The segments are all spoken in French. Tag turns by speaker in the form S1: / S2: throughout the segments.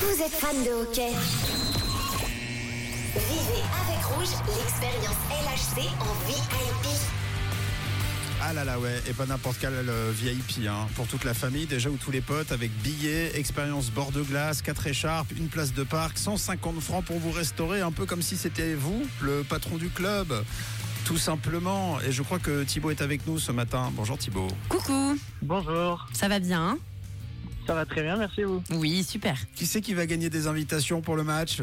S1: Vous êtes fan de hockey Vivez avec Rouge l'expérience LHC en VIP.
S2: Ah là là ouais, et pas n'importe quel euh, VIP, hein. pour toute la famille déjà ou tous les potes, avec billets, expérience bord de glace, 4 écharpes, une place de parc, 150 francs pour vous restaurer, un peu comme si c'était vous, le patron du club, tout simplement. Et je crois que Thibaut est avec nous ce matin. Bonjour Thibaut.
S3: Coucou,
S4: Bonjour,
S3: ça va bien hein
S4: ça va très bien, merci vous.
S3: Oui, super.
S2: Qui c'est qui va gagner des invitations pour le match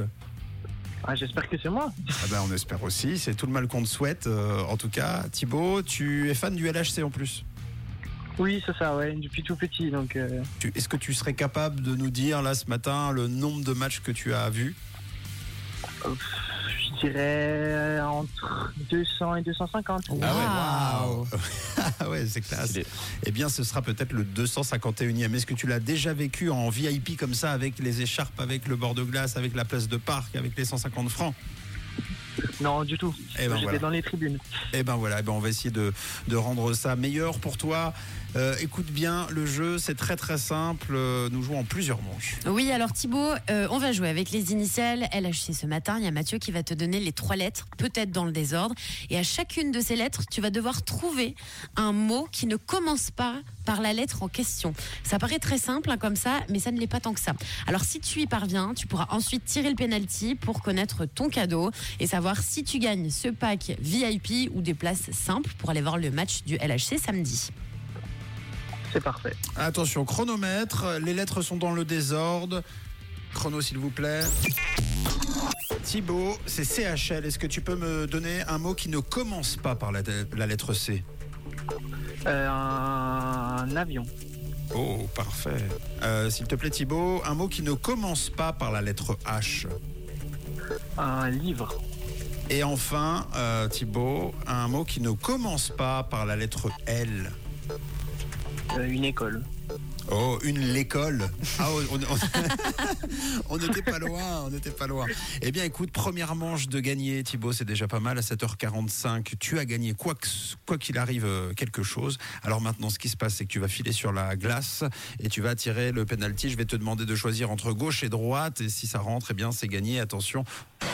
S4: Ah, J'espère que c'est moi.
S2: Ah ben on espère aussi, c'est tout le mal qu'on te souhaite. euh, en tout cas, Thibaut, tu es fan du LHC en plus.
S4: Oui, c'est ça, ouais, depuis tout petit. Donc, euh,
S2: Tu- Est-ce que tu serais capable de nous dire là ce matin le nombre de matchs que tu as vus
S4: je dirais entre 200 et 250.
S2: Ah ouais, waouh. Ah ouais, c'est classe.
S5: Stylé.
S2: Eh bien, ce sera peut-être le 251e. Est-ce que tu l'as déjà vécu en VIP comme ça, avec les écharpes, avec le bord de glace, avec la place de parc, avec les 150 francs
S4: Non, du tout.
S2: Eh ben
S4: J'étais
S2: voilà.
S4: dans les tribunes.
S2: Eh ben voilà, eh ben on va essayer de, de rendre ça meilleur pour toi. Euh, écoute bien le jeu, c'est très très simple. Euh, Nous jouons en plusieurs manches.
S3: Oui, alors Thibaut, euh, on va jouer avec les initiales LHC ce matin. Il y a Mathieu qui va te donner les trois lettres, peut-être dans le désordre. Et à chacune de ces lettres, tu vas devoir trouver un mot qui ne commence pas par la lettre en question. Ça paraît très simple hein, comme ça, mais ça ne l'est pas tant que ça. Alors si tu y parviens, tu pourras ensuite tirer le penalty pour connaître ton cadeau et savoir si tu gagnes ce pack VIP ou des places simples pour aller voir le match du LHC samedi.
S4: C'est parfait.
S2: Attention, chronomètre, les lettres sont dans le désordre. Chrono, s'il vous plaît. Thibaut, c'est CHL. Est-ce que tu peux me donner un mot qui ne commence pas par la, la lettre C
S4: Euh, un avion.
S2: Oh, parfait. Euh, s'il te plaît, Thibaut, un mot qui ne commence pas par la lettre H.
S4: Un livre.
S2: Et enfin, euh, Thibaut, un mot qui ne commence pas par la lettre L.
S4: euh, une école.
S2: Oh, une l'école. Ah, on- on- on n'était pas loin, on n'était pas loin. Eh bien, écoute, première manche de gagner, Thibaut, c'est déjà pas mal. À 7h45, tu as gagné quoi que ce- quoi qu'il arrive euh, quelque chose. Alors maintenant, ce qui se passe, c'est que tu vas filer sur la glace et tu vas tirer le penalty. Je vais te demander de choisir entre gauche et droite. Et si ça rentre, eh bien, c'est gagné. Attention. Bon,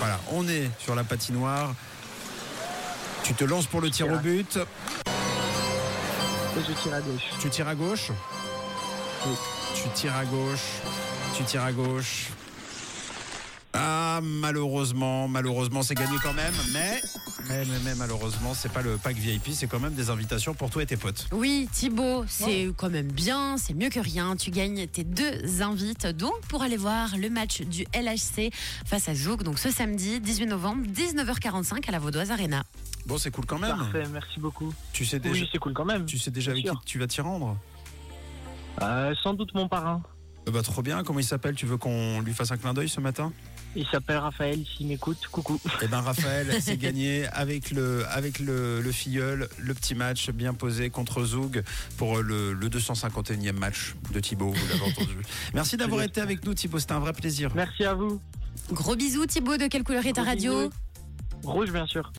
S2: voilà, on est sur la patinoire. Tu te lances pour le tir au but.
S4: Et je tire à gauche.
S2: Tu tires à gauche Tu tires à gauche. Tu tires à gauche. Ah, malheureusement, malheureusement, c'est gagné quand même, mais, mais, mais, mais malheureusement, c'est pas le pack VIP, c'est quand même des invitations pour toi et tes potes.
S3: Oui, Thibaut, c'est quand même bien, c'est mieux que rien. Tu gagnes tes deux invites donc pour aller voir le match du LHC face à Zouk, donc ce samedi 18 novembre, 19h45 à la Vaudoise Arena.
S2: Bon, c'est cool quand même.
S4: Parfait, merci beaucoup.
S2: Tu sais déjà,
S4: Oui, c'est cool quand même.
S2: tu sais déjà avec
S4: Bien
S2: qui tu vas t'y rendre
S4: Euh, sans doute mon parrain.
S2: Euh, Bah, trop bien. Comment il s'appelle Tu veux qu'on lui fasse un clin d'œil ce matin
S4: Il s'appelle Raphaël, s'il m'écoute, coucou.
S2: Eh ben Raphaël, c'est gagné avec le avec le, le filleul, le petit match bien posé contre Zoug pour le, le 251e match de Thibaut, vous l'avez entendu. Merci d'avoir été avec nous Thibaut, c'était un vrai plaisir.
S4: Merci à vous.
S3: Gros bisous Thibaut, de quelle couleur est ta
S4: Gros
S3: radio
S4: bisous. Rouge, bien sûr.